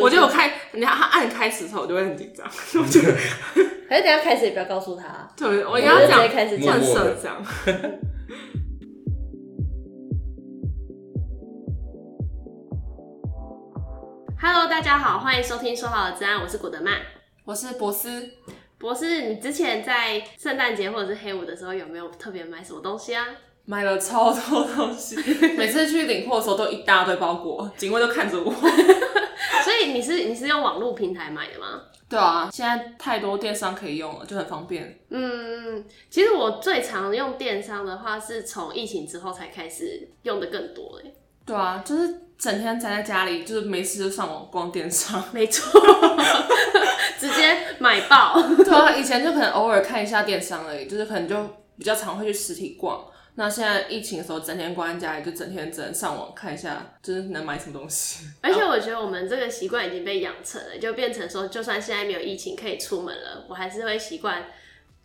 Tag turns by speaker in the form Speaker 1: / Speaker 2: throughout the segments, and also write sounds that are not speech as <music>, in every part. Speaker 1: 我觉得我开，你看他按开始的时候，我就会很紧张。 <laughs> 我就
Speaker 2: 可是等一下开始也不要告诉他，
Speaker 1: 对，我
Speaker 2: 我
Speaker 1: 跟他
Speaker 2: 就直
Speaker 1: 讲
Speaker 2: 接，开始
Speaker 1: 像
Speaker 2: 讲
Speaker 1: 社
Speaker 2: 什
Speaker 1: 长。
Speaker 2: 么
Speaker 1: 这
Speaker 2: 的
Speaker 1: 样讲
Speaker 2: Hello，大家好，欢迎收听《说好的治安》，我是古德曼
Speaker 1: 我是博斯，
Speaker 2: 博士。你之前在圣诞节或者是黑五的时候，有没有特别买什么东西啊？
Speaker 1: 买了超多东西， <laughs> 每次去领货的时候都一大堆包裹，警卫都看着我。 <laughs>
Speaker 2: 所以你是你是用网络平台买的吗？
Speaker 1: 对啊，现在太多电商可以用了，就很方便。
Speaker 2: 嗯，其实我最常用电商的话，是从疫情之后才开始用的更多欸嘞。
Speaker 1: 对啊，就是整天宅在家里，就是没事就上网逛电商。 <laughs>
Speaker 2: 没错， <laughs> 直接买爆。
Speaker 1: 对啊，以前就可能偶尔看一下电商而已，就是可能就比较常会去实体逛。那现在疫情的时候，整天关在家里，就整天只能上网看一下，就是能买什么东西。
Speaker 2: 而且我觉得我们这个习惯已经被养成了，就变成说，就算现在没有疫情可以出门了，我还是会习惯，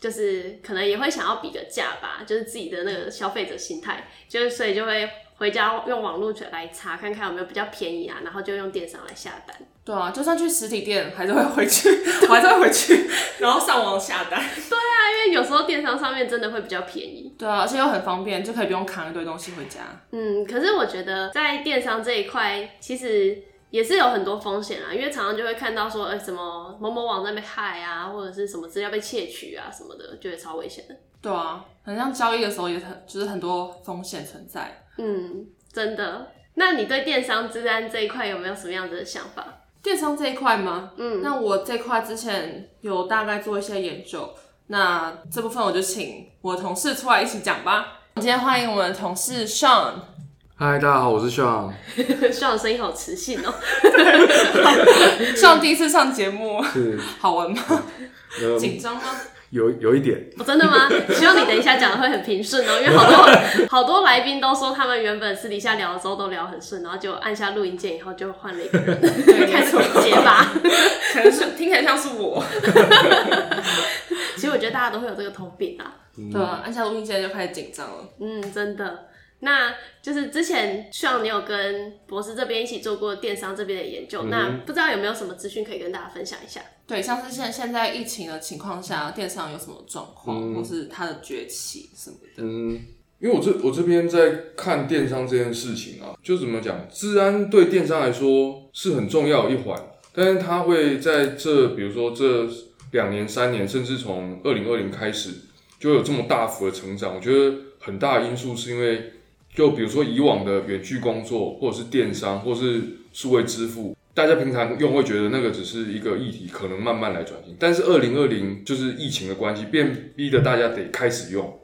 Speaker 2: 就是可能也会想要比个价吧，就是自己的那个消费者心态，就是所以就会回家用网络来查看看有没有比较便宜啊，然后就用电商来下单。
Speaker 1: 对啊，就算去实体店，还是会回去， <laughs> 我还是会回去，然后上网下单。
Speaker 2: 啊，因为有时候电商上面真的会比较便宜。
Speaker 1: 对啊，而且又很方便，就可以不用扛一堆东西回家。
Speaker 2: 嗯，可是我觉得在电商这一块，其实也是有很多风险啊，因为常常就会看到说，呃、什么某某网站被害啊，或者是什么资料被窃取啊什么的，觉得超危险的。
Speaker 1: 对啊，很像交易的时候也很，就是很多风险存在。
Speaker 2: 嗯，真的。那你对电商治安这一块有没有什么样子的想法？ <laughs>
Speaker 1: 电商这一块吗？
Speaker 2: 嗯，
Speaker 1: 那我这块之前有大概做一些研究，那这部分我就请我同事出来一起讲吧。今天欢迎我们的同事 Sean，
Speaker 3: 嗨，大家好，我是 Sean。
Speaker 2: 笑的声音好磁性哦、
Speaker 1: 上第一次上节目，
Speaker 3: 是，
Speaker 1: 好玩吗？
Speaker 3: 呃，
Speaker 1: 紧张吗？
Speaker 3: 有有一点，
Speaker 2: 哦真的吗？希望你等一下讲的会很平顺哦、因为好多好多来宾都说他们原本私底下聊的时候都聊很顺，然后就按下录音键以后就换了一个人，开始结巴。
Speaker 1: 可能是听起来像是我。
Speaker 2: 其实我觉得大家都会有这个通病啊。
Speaker 1: 对啊，按下录音键就开始紧张了。
Speaker 2: 嗯，真的。那就是之前像你有跟博士这边一起做过电商这边的研究，那不知道有没有什么资讯可以跟大家分享一下？
Speaker 1: 对，像是现现在疫情的情况下，电商有什么状况，或是它的崛起什么的？
Speaker 3: 嗯，因为我这我这边在看电商这件事情啊，就怎么讲，治安对电商来说是很重要的一环，但是它会在这，比如说这两年、三年，甚至从二零二零开始，就有这么大幅的成长。我觉得很大的因素是因为，就比如说以往的远距工作，或者是电商，或是数位支付。大家平常用会觉得那个只是一个议题，可能慢慢来转型。但是二零二零就是疫情的关系，变逼得大家得开始用，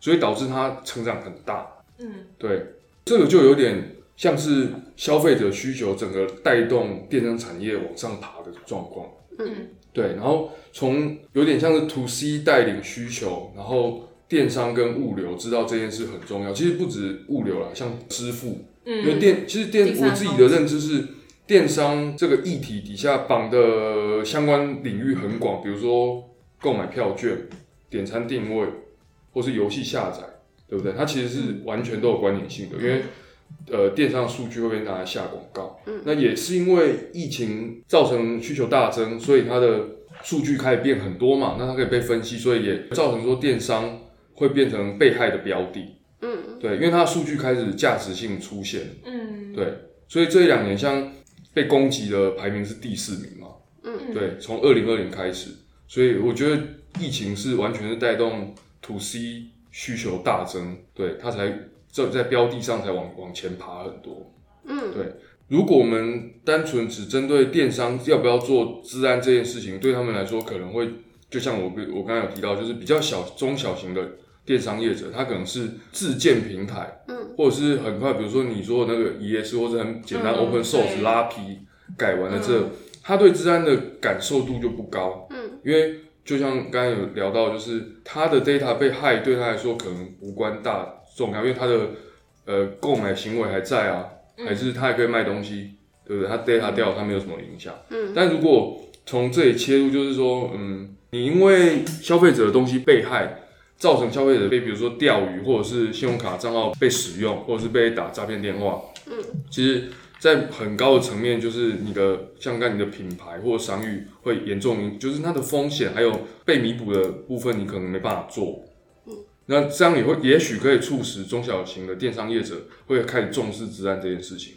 Speaker 3: 所以导致它成长很大。
Speaker 1: 嗯，
Speaker 3: 对，这个就有点像是消费者需求整个带动电商产业往上爬的状况。
Speaker 2: 嗯，
Speaker 3: 对，然后从有点像是 to C 带领需求，然后电商跟物流知道这件事很重要。其实不止物流啦，像支付，
Speaker 1: 嗯
Speaker 3: 因为电其实电
Speaker 1: 第三
Speaker 3: 我
Speaker 1: 方
Speaker 3: 自己的认知是，电商这个议题底下绑的相关领域很广，比如说购买票券、点餐定位，或是游戏下载，对不对？它其实是完全都有关联性的，因为呃电商数据会被拿来下广告。那也是因为疫情造成需求大增，所以它的数据开始变很多嘛，那它可以被分析，所以也造成说电商会变成被害的标的。
Speaker 2: 嗯，
Speaker 3: 对，因为它的数据开始价值性出现。
Speaker 1: 嗯，
Speaker 3: 对，所以这两年像被攻击的排名是第四名嘛，
Speaker 1: 嗯，
Speaker 3: 对，从二零二零开始，所以我觉得疫情是完全是带动 to C 需求大增，对，它才这在标的上才往往前爬很多，
Speaker 2: 嗯，
Speaker 3: 对。如果我们单纯只针对电商要不要做治安这件事情，对他们来说可能会就像我跟我刚才有提到，就是比较小中小型的电商业者，他可能是自建平台，
Speaker 1: 嗯
Speaker 3: 或者是很快，比如说你说的那个 ES 或者很简单
Speaker 1: 嗯对
Speaker 3: Open Source 拉皮改完了
Speaker 1: 嗯
Speaker 3: 这，他对治安的感受度就不高，
Speaker 2: 嗯，
Speaker 3: 因为就像刚才有聊到，就是他的 data 被害对他来说可能无关大重要，因为他的呃购买行为还在啊，还是他还可以卖东西，对不对？他 data 掉，他没有什么影响。
Speaker 2: 嗯，
Speaker 3: 但如果从这里切入，就是说，嗯，你因为消费者的东西被害，造成消费者被比如说钓鱼，或者是信用卡账号被使用，或者是被打诈骗电话，嗯，其实在很高的层面，就是你的像刚才你的品牌或商誉会严重影，就是它的风险还有被弥补的部分，你可能没办法做。那这样也会，也许可以促使中小型的电商业者会开始重视治安这件事情，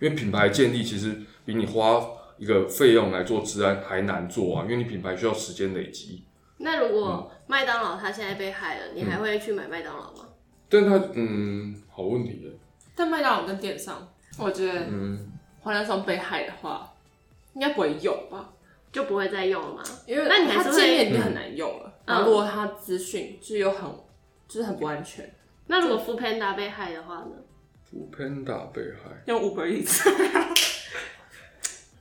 Speaker 3: 因为品牌建立其实比你花一个费用来做治安还难做啊，因为你品牌需要时间累积。
Speaker 2: 那如果
Speaker 3: 嗯
Speaker 2: 麦当劳它现在被害了，你还会去买麦当劳吗？
Speaker 3: 但它嗯，好问题耶，
Speaker 1: 但麦当劳跟电商，我觉得
Speaker 3: 嗯，
Speaker 1: 华南商被害的话，应该不会有吧？
Speaker 2: 就不会再用了吗？
Speaker 1: 因为
Speaker 2: 那你还
Speaker 1: 它
Speaker 2: 是会
Speaker 1: 界面已经很难用了，
Speaker 2: 嗯
Speaker 1: 然后如果它资讯就是又很就是很不安全，
Speaker 2: 那如果 f o o Panda 被害的话呢？
Speaker 3: 富 Panda 被害，
Speaker 1: 用 Uber Eats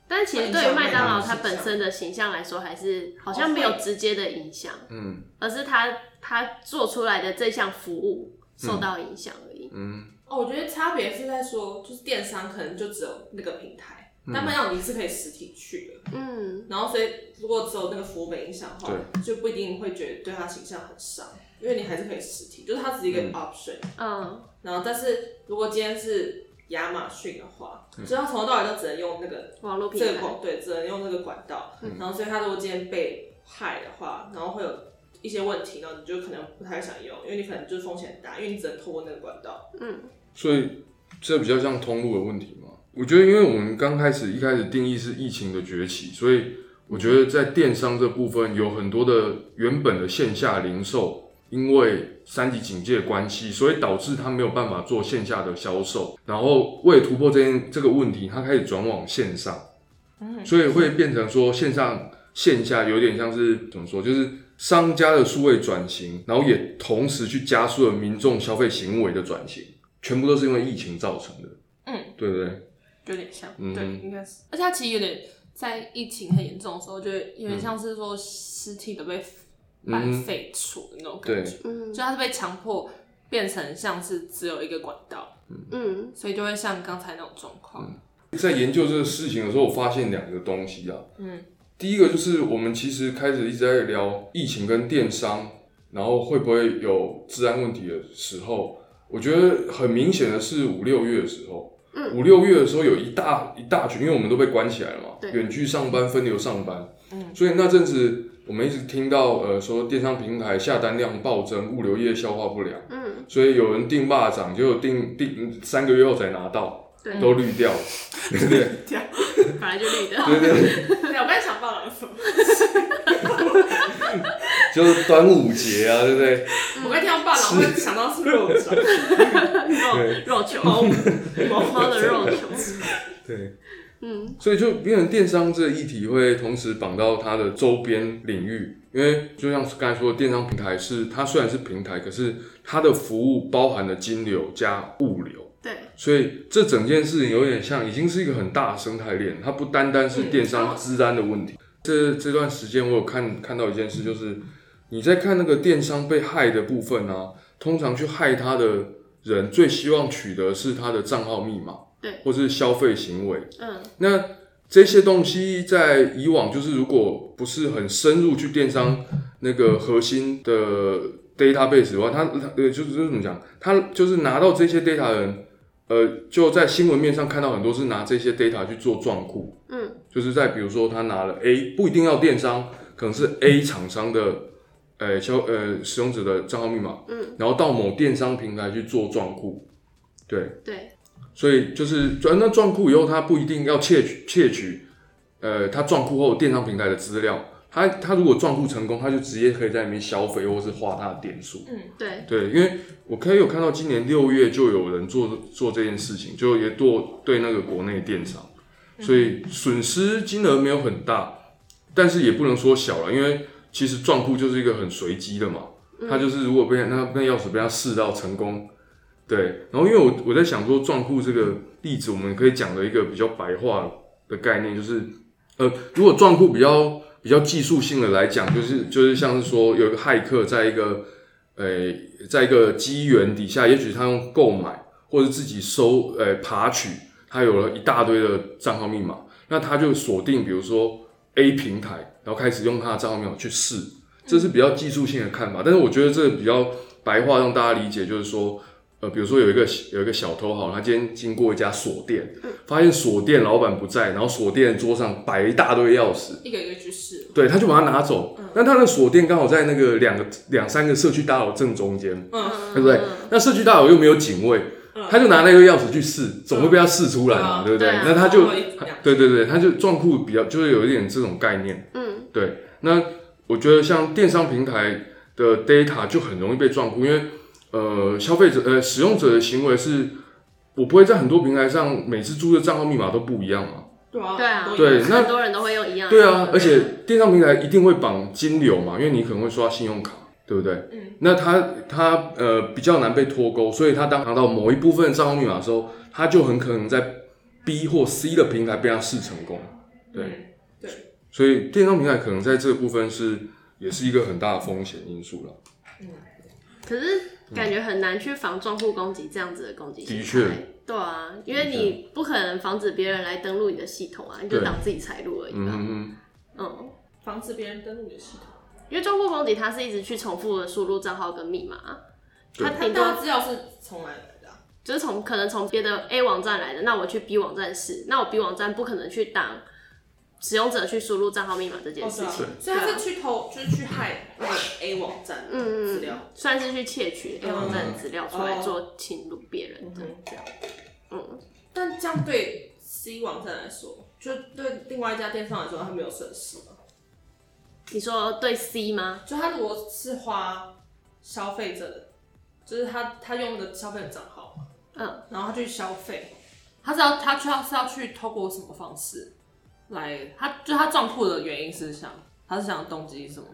Speaker 2: 但其实对于麦当劳它本身的形象来说，还是好像没有直接的影响，
Speaker 3: 嗯
Speaker 2: 而是它它做出来的这项服务受到影响而已。
Speaker 3: 嗯，
Speaker 1: 哦，我觉得差别是在说，就是电商可能就只有那个平台，但麦当劳你是可以实体去的，
Speaker 2: 嗯，
Speaker 1: 然后所以如果只有那个服务被影响的话，就不一定会觉得对他形象很伤，因为你还是可以实体，就是它只是一个
Speaker 3: 嗯
Speaker 1: option、
Speaker 2: 嗯，
Speaker 1: 然后但是如果今天是亚马逊的话，就是他从头到尾都只能用那个
Speaker 2: 网络平
Speaker 1: 这个
Speaker 2: 台，
Speaker 1: 管对，只能用这个管道，然后所以他如果今天被害的话，然后会有一些问题，然后你就可能不太想用，因为你可能就是风险很大，因为你只能透过那个管道。
Speaker 3: 所以这比较像通路的问题嘛。我觉得，因为我们刚开始一开始定义是疫情的崛起，所以我觉得在电商这部分有很多的原本的线下零售，因为三级警戒的关系，所以导致它没有办法做线下的销售。然后为了突破这件这个问题，它开始转往线上，所以会变成说线上线下有点像是怎么说，就是商家的数位转型，然后也同时去加速了民众消费行为的转型。全部都是因为疫情造成的。
Speaker 1: 嗯，
Speaker 3: 对不对？
Speaker 1: 有点像，
Speaker 3: 嗯
Speaker 1: 对，应该是。而且它其实有点在疫情很严重的时候，就有点像是说尸体的被半
Speaker 3: 嗯
Speaker 1: 嗯废除的那种感觉，
Speaker 2: 嗯
Speaker 1: 就它是被强迫变成像是只有一个管道，
Speaker 2: 嗯，
Speaker 1: 所以就会像刚才那种状况。
Speaker 3: 在研究这个事情的时候，我发现两个东西啊。
Speaker 1: 嗯，
Speaker 3: 第一个就是我们其实开始一直在聊疫情跟电商，然后会不会有治安问题的时候，我觉得很明显的是五六月的时候。
Speaker 2: 嗯
Speaker 3: 五六月的时候有一大一大群，因为我们都被关起来了嘛
Speaker 2: 对，
Speaker 3: 远距上班、分流上班，
Speaker 1: 嗯
Speaker 3: 所以那阵子我们一直听到呃说电商平台下单量暴增，物流业消化不良。
Speaker 2: 嗯，
Speaker 3: 所以有人订蚂蚱，结果订订三个月后才拿到，
Speaker 2: 对
Speaker 3: 都绿掉了， <laughs> 对不对？
Speaker 2: 本来就绿的，
Speaker 3: 对对
Speaker 1: 对，
Speaker 3: 对，
Speaker 1: <laughs> 我刚才想到了什么？
Speaker 3: 就是端午节啊，对不对？
Speaker 1: 我刚才听到爸老会想到是肉粽， <laughs>
Speaker 2: 肉肉球，毛毛的肉球，
Speaker 3: 对，
Speaker 2: 嗯
Speaker 3: 所以就变成电商这议题会同时绑到它的周边领域，因为就像刚才说的，电商平台是它虽然是平台，可是它的服务包含了金流加物流。
Speaker 2: 对，
Speaker 3: 所以这整件事情有点像，已经是一个很大的生态链，它不单单是电商治安的问题。这这段时间我有看看到一件事，就是你在看那个电商被害的部分啊，通常去害他的人最希望取得是他的账号密码，
Speaker 2: 对
Speaker 3: 或是消费行为。
Speaker 2: 嗯
Speaker 3: 那这些东西在以往就是如果不是很深入去电商那个核心的 database 的话，他呃就是就是怎么讲，他就是拿到这些 data 的人，呃就在新闻面上看到很多是拿这些 data 去做撞库，
Speaker 2: 嗯
Speaker 3: 就是在比如说他拿了 A 不一定要电商，可能是 A 厂商的呃消呃使用者的账号密码，
Speaker 2: 嗯，
Speaker 3: 然后到某电商平台去做撞库，对，
Speaker 2: 对，
Speaker 3: 所以就是转那撞库以后，他不一定要窃取窃取，呃，他撞库后电商平台的资料，他他如果撞库成功，他就直接可以在里面消费或是花他的点数。
Speaker 2: 对，
Speaker 3: 对，因为我可以有看到今年六月就有人做做这件事情，就也做对那个国内电商，所以损失金额没有很大，但是也不能说小了，因为其实撞库就是一个很随机的嘛，他就是如果被那那钥匙被他试到成功，对，然后因为我我在想说撞库这个例子，我们可以讲的一个比较白话的概念就是，呃，如果撞库比较比较技术性的来讲，就是就是像是说有一个骇客在一个呃在一个机缘底下，也许他用购买或者自己搜呃爬取，他有了一大堆的账号密码，那他就锁定比如说 A 平台，然后开始用他的账号密码去试，这是比较技术性的看法。但是我觉得这个比较白话让大家理解，就是说。呃，比如说有一个有一个小偷好了，他今天经过一家锁店，发现锁店老板不在，然后锁店桌上摆一大堆钥匙，
Speaker 1: 一个一个去试。
Speaker 3: 对，他就把它拿走。那他的锁店刚好在那个两个两三个社区大楼正中间，
Speaker 1: 嗯，
Speaker 3: 对不对？那社区大楼又没有警卫，他就拿那个钥匙去试，总会被他试出来嘛，
Speaker 1: 嗯
Speaker 3: 对不对
Speaker 2: 对啊？
Speaker 3: 那他就
Speaker 1: 然后一两
Speaker 3: 对对对，他就撞库比较就是有一点这种概念。
Speaker 2: 嗯，
Speaker 3: 对，那我觉得像电商平台的 data 就很容易被撞库，因为呃，消费者呃使用者的行为是，我不会在很多平台上每次注册账号密码都不一样嘛。
Speaker 1: 对啊，
Speaker 2: 对啊
Speaker 1: 都一
Speaker 3: 对
Speaker 1: 样
Speaker 3: 那
Speaker 2: 很多人都会用一样的。
Speaker 3: 对啊，而且电商平台一定会绑金流嘛，因为你可能会刷信用卡，对不对？
Speaker 1: 嗯。
Speaker 3: 那它它呃比较难被脱钩，所以它当拿到某一部分账号密码的时候，它就很可能在 B 或 C 的平台被它试成功。对，
Speaker 1: 嗯
Speaker 3: 所以电商平台可能在这个部分是也是一个很大的风险因素了。
Speaker 2: 可是感觉很难去防撞户攻击这样子的啊攻击性。
Speaker 3: 的确。
Speaker 2: 对啊，因为你不可能防止别人来登录你的系统啊，你就
Speaker 3: 对
Speaker 2: 挡自己财路而已
Speaker 3: 嗯
Speaker 2: 嘛。
Speaker 3: 嗯
Speaker 2: 嗯，
Speaker 1: 防止别人登录你的系统。
Speaker 2: 因为撞户攻击它是一直去重复的输入账号跟密码啊，
Speaker 3: 对
Speaker 2: 它
Speaker 1: 他
Speaker 2: 顶
Speaker 1: 大
Speaker 2: 多
Speaker 1: 家资料是从哪里来的啊？
Speaker 2: 就是从可能从别的 A 网站来的，那我去 B 网站试，那我 B 网站不可能去挡使用者去输入账号密码这件
Speaker 1: 哦，
Speaker 2: 事
Speaker 1: 对啊
Speaker 2: 情，，
Speaker 1: 所以他是去偷，就是去害那个 A 网站的资
Speaker 2: 嗯嗯
Speaker 1: 料。，
Speaker 2: 算是去窃取 A 网站的资料出来
Speaker 1: 嗯哦
Speaker 2: 做侵入别人的，
Speaker 1: 嗯，这样。
Speaker 2: 嗯，
Speaker 1: 但这样对 C 网站来说，就对另外一家电商来说，他没有损失嘛？
Speaker 2: 你说对 C 吗？
Speaker 1: 就他如果是花消费者的，就是他他用那个消费者账号嘛，
Speaker 2: 嗯，
Speaker 1: 然后他去消费，他是要他去要是要去透过什么方式来？他就他撞破的原因是想他是想动机是什么？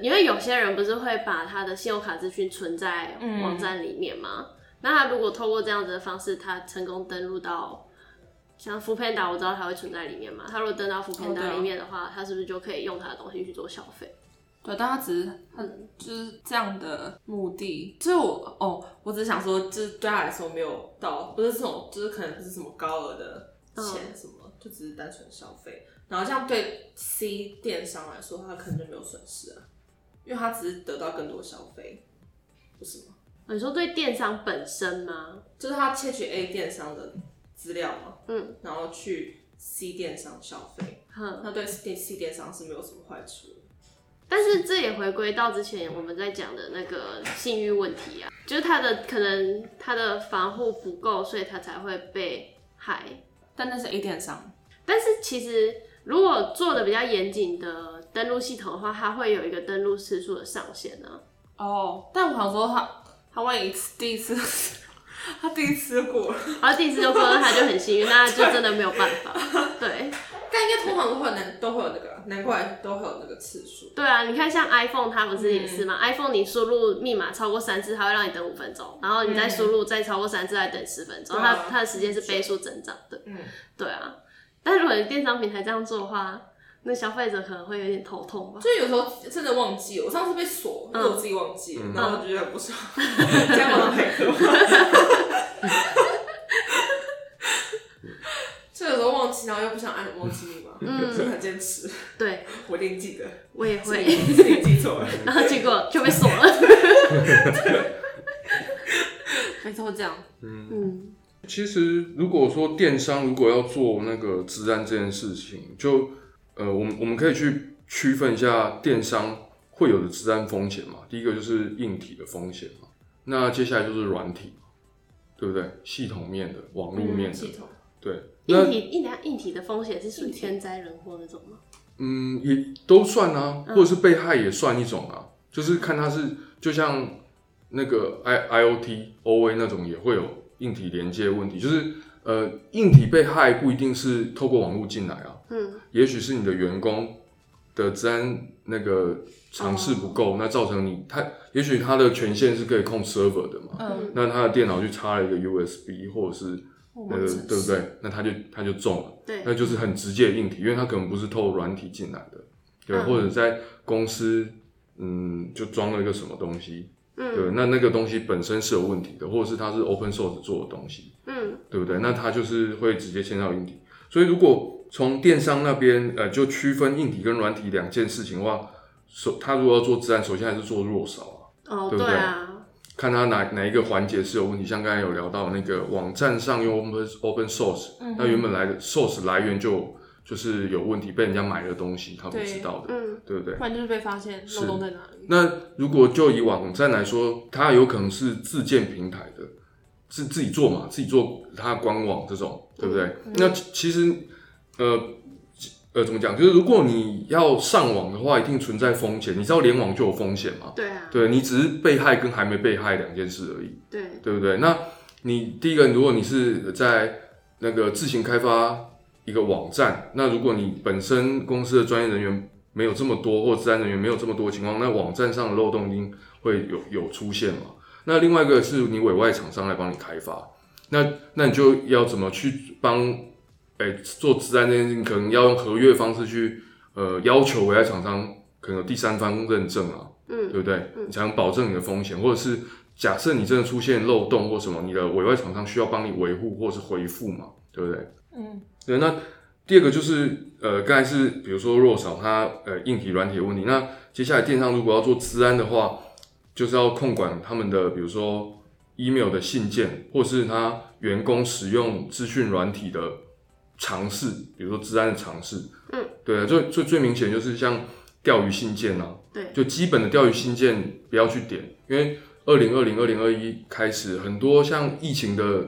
Speaker 2: 因为有些人不是会把他的信用卡资讯存在
Speaker 1: 嗯
Speaker 2: 网站里面吗？那他如果透过这样子的方式，他成功登录到像 f o o Panda，我知道他会存在里面嘛。他如果登到 f o o
Speaker 1: 哦对
Speaker 2: Panda
Speaker 1: 啊
Speaker 2: 里面的话，他是不是就可以用他的东西去做消费？
Speaker 1: 对，但他只是他就是这样的目的，就是我哦，我只是想说，就是对他来说没有到，不是这种，就是可能是什么高额的钱什么，就只是单纯消费。然后这样对 C 电商来说，他可能就没有损失啊，因为他只是得到更多消费，不是吗？
Speaker 2: 哦你说对电商本身吗？
Speaker 1: 就是他窃取 A 电商的资料嘛，
Speaker 2: 嗯，
Speaker 1: 然后去 C 电商消费，
Speaker 2: 哼，
Speaker 1: 那对 C C 电商是没有什么坏处的。
Speaker 2: 但是这也回归到之前我们在讲的那个信誉问题啊，就是他的可能他的防护不够，所以他才会被害。
Speaker 1: 但那是 A 电商，
Speaker 2: 但是其实如果做的比较严谨的登录系统的话，它会有一个登录次数的上限啊呢、
Speaker 1: 哦，但我想说他，他万一第一次， <laughs> 他第一次过了，
Speaker 2: 然后第一次就过了，他就很幸运，那就真的没有办法。对
Speaker 1: 但应该通常都会有难，都会有那个，难怪都会有那个次数。
Speaker 2: 对啊，你看像 iPhone 它不是也是吗、i p h o n e 你输入密码超过三次，它会让你等五分钟，然后你再输入再超过三次，再等十分钟，
Speaker 1: 对
Speaker 2: 它
Speaker 1: 啊
Speaker 2: 它的时间是倍数增长的。
Speaker 1: 嗯，
Speaker 2: 对啊，但如果你电商平台这样做的话，那消费者可能会有点头痛吧。
Speaker 1: 就有时候真的忘记了，我上次被锁，因为我自己忘记了，然后我觉得很不爽，这样我太可怕。就有时候忘记，然后又不想按忘记密码，嗯，就很坚持，
Speaker 2: 对，
Speaker 1: 我一定记得，
Speaker 2: 我也
Speaker 1: 自
Speaker 2: 会。
Speaker 1: 己自己记错了。
Speaker 2: <laughs> 然后结果就被锁了。 <laughs>
Speaker 1: 每次会这样，
Speaker 2: 嗯，
Speaker 3: 其实如果说电商如果要做那个治安这件事情，就呃，我们我们可以去区分一下电商会有的治安风险嘛。第一个就是硬体的风险嘛，那接下来就是软体嘛，对不对？系统面的、网络面的，
Speaker 1: 嗯系统
Speaker 3: 对。那
Speaker 2: 硬体硬体硬体的风险是属于天灾人祸那种吗？
Speaker 3: 嗯，也都算啊，或者是被害也算一种啊，就是看它是就像那个 I I O T O A 那种也会有硬体连接问题，就是呃硬体被害不一定是透过网络进来啊，
Speaker 2: 嗯，
Speaker 3: 也许是你的员工的治安那个尝试不够，那造成你他也许他的权限是可以控 server 的嘛，
Speaker 1: 嗯，
Speaker 3: 那他的电脑去插了一个 USB 或者是
Speaker 1: 我
Speaker 3: 呃
Speaker 1: 们真是
Speaker 3: 对不对？那他就他就中了。
Speaker 2: 对，
Speaker 3: 那就是很直接的硬体，因为它可能不是透过软体进来的，对，
Speaker 2: 嗯
Speaker 3: 或者在公司，嗯，就装了一个什么东西，对，
Speaker 2: 嗯
Speaker 3: 那那个东西本身是有问题的，或者是它是 open source 做的东西，
Speaker 2: 嗯
Speaker 3: 对不对？那它就是会直接牵到硬体，所以如果从电商那边，呃，就区分硬体跟软体两件事情的话，首，它如果要做治安，首先还是做弱少啊，
Speaker 2: 哦，
Speaker 3: 对不
Speaker 2: 对
Speaker 3: 对
Speaker 2: 啊，
Speaker 3: 看它哪哪一个环节是有问题。像刚才有聊到那个网站上用 open open source，、
Speaker 1: 嗯哼
Speaker 3: 那原本来的 source 来源就就是有问题，被人家买了东西，他不
Speaker 1: 对
Speaker 3: 知道的，
Speaker 2: 嗯，
Speaker 3: 对不对
Speaker 1: 不？然就是被发现
Speaker 3: 是
Speaker 1: 漏洞在哪里。
Speaker 3: 那如果就以网站来说，它有可能是自建平台的，自自己做嘛，自己做它的官网这种，对不对？
Speaker 1: 嗯
Speaker 3: 那其其实，呃呃，怎么讲？就是如果你要上网的话，一定存在风险。你知道联网就有风险嘛？
Speaker 2: 对啊，
Speaker 3: 对你只是被害跟还没被害两件事而已。
Speaker 2: 对，
Speaker 3: 对不对？那你第一个，如果你是在那个自行开发一个网站，那如果你本身公司的专业人员没有这么多，或治安人员没有这么多情况，那网站上的漏洞一定会有有出现嘛？那另外一个是你委外厂商来帮你开发，那那你就要怎么去帮？哎、做治安这件事情，可能要用合约方式去，呃，要求委外厂商可能有第三方认证啊，
Speaker 2: 嗯，
Speaker 3: 对不对？你才能保证你的风险，或者是假设你真的出现漏洞或什么，你的委外厂商需要帮你维护或是回复嘛，对不对？
Speaker 1: 嗯，
Speaker 3: 对，那第二个就是呃，刚才是比如说弱少它呃硬体软体的问题，那接下来电商如果要做治安的话，就是要控管他们的比如说 email 的信件，或是他员工使用资讯软体的尝试，比如说治安的尝试。
Speaker 2: 嗯，
Speaker 3: 对，最最最明显就是像钓鱼信件啊，
Speaker 2: 对
Speaker 3: 就基本的钓鱼信件不要去点，因为二零二零二零二一开始很多像疫情的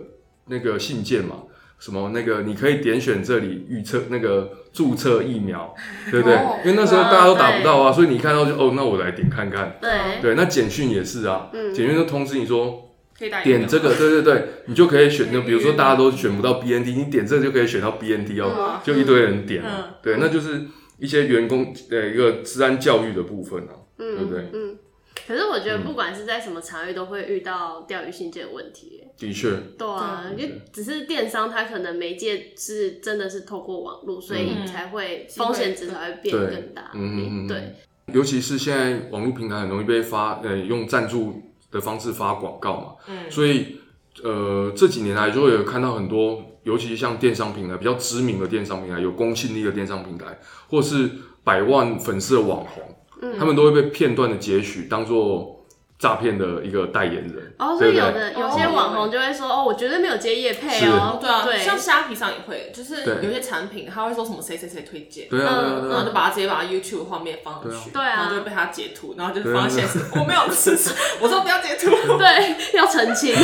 Speaker 3: 那个信件嘛。什么那个你可以点选这里预测那个注册疫苗，对不对？
Speaker 1: 哦
Speaker 3: 因为那时候大家都打不到啊，所以你看到就哦，那我来点看看。
Speaker 1: 哎
Speaker 2: 对，
Speaker 3: 对，那简讯也是啊，
Speaker 2: 嗯
Speaker 3: 简讯就通知你说
Speaker 1: 可以打疫苗
Speaker 3: 点这个，对对对，你就可以选。那比如说大家都选不到 BND，你点这个就可以选到 BND 哦，
Speaker 2: 嗯
Speaker 3: 就一堆人点、啊。
Speaker 1: 嗯
Speaker 3: 对，那就是一些员工呃一个治安教育的部分啊，对嗯不对？
Speaker 2: 嗯。可是我觉得，不管是在什么场域，都会遇到钓鱼信件的问题耶。
Speaker 3: 的确，
Speaker 2: 对啊，就
Speaker 3: 对
Speaker 2: 只是电商，它可能媒介是真的是透过网络，所以
Speaker 1: 嗯
Speaker 2: 才会风险值才会变
Speaker 3: 对
Speaker 2: 更大。
Speaker 3: 嗯嗯嗯
Speaker 2: 对，
Speaker 3: 尤其是现在网络平台很容易被发呃用赞助的方式发广告嘛，
Speaker 1: 嗯
Speaker 3: 所以呃这几年来就会有看到很多，尤其像电商平台比较知名的电商平台，有公信力的电商平台，或是百万粉丝的网红，
Speaker 2: 嗯
Speaker 3: 他们都会被片段的截取当做诈骗的一个代言人，
Speaker 2: 哦，所以
Speaker 3: 对不
Speaker 2: 有
Speaker 3: 对
Speaker 2: 的有
Speaker 1: 哦
Speaker 2: 些网红就会说，哦，我绝对没有接业配
Speaker 3: 是
Speaker 2: 哦，
Speaker 1: 对啊，
Speaker 2: 对，
Speaker 1: 像虾皮上也会，就是
Speaker 3: 对
Speaker 1: 有些产品他会说什么谁谁谁推荐，
Speaker 3: 对啊对啊对
Speaker 1: 然后
Speaker 2: 嗯
Speaker 3: 啊，
Speaker 1: 就把它直接把它 YouTube 画面放上去，
Speaker 2: 对啊
Speaker 1: 然后就被他截图，然后就
Speaker 3: 对啊
Speaker 1: 放现实，我没有事实，我说不要截图，
Speaker 2: 对，要澄清，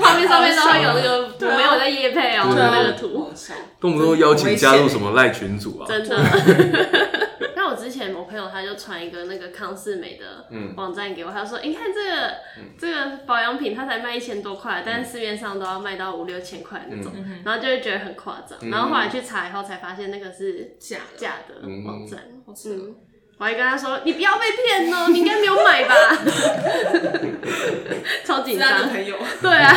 Speaker 2: 画面上面都会有那个
Speaker 1: 对啊
Speaker 2: 我没有在夜配哦、
Speaker 3: 对啊
Speaker 2: 那个图，
Speaker 1: 好笑
Speaker 3: 动不动邀请加
Speaker 2: 嗯
Speaker 3: 入什么赖群组啊，
Speaker 2: 真的。那我之前我朋友他就传一个那个康士美的
Speaker 3: 嗯
Speaker 2: 网站给我，他说：“你、看这个、这个保养品，它才卖一千多块，但是市面上都要卖到五六千块那种，然后就会觉得很夸张。然后后来去查以后才发现那个是
Speaker 1: 假的，
Speaker 2: 假的网站。
Speaker 1: 好扯哦。
Speaker 2: 我还跟他说：“你不要被骗哦，你 <laughs> 应该没有买吧？”超紧
Speaker 1: 是他
Speaker 2: 张
Speaker 1: 的，朋友，
Speaker 2: 对啊。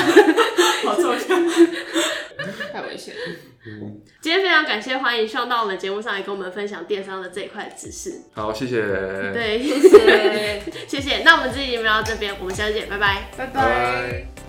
Speaker 1: 好抽象，太危险了。
Speaker 2: 今天非常感谢欢迎上到我们节目上来跟我们分享电商的这一块知识。
Speaker 3: 好，谢谢，
Speaker 2: 对，
Speaker 1: 谢谢，
Speaker 2: 谢谢。那我们这期节目到这边，我们下次见，拜拜。
Speaker 1: 拜拜
Speaker 3: 拜。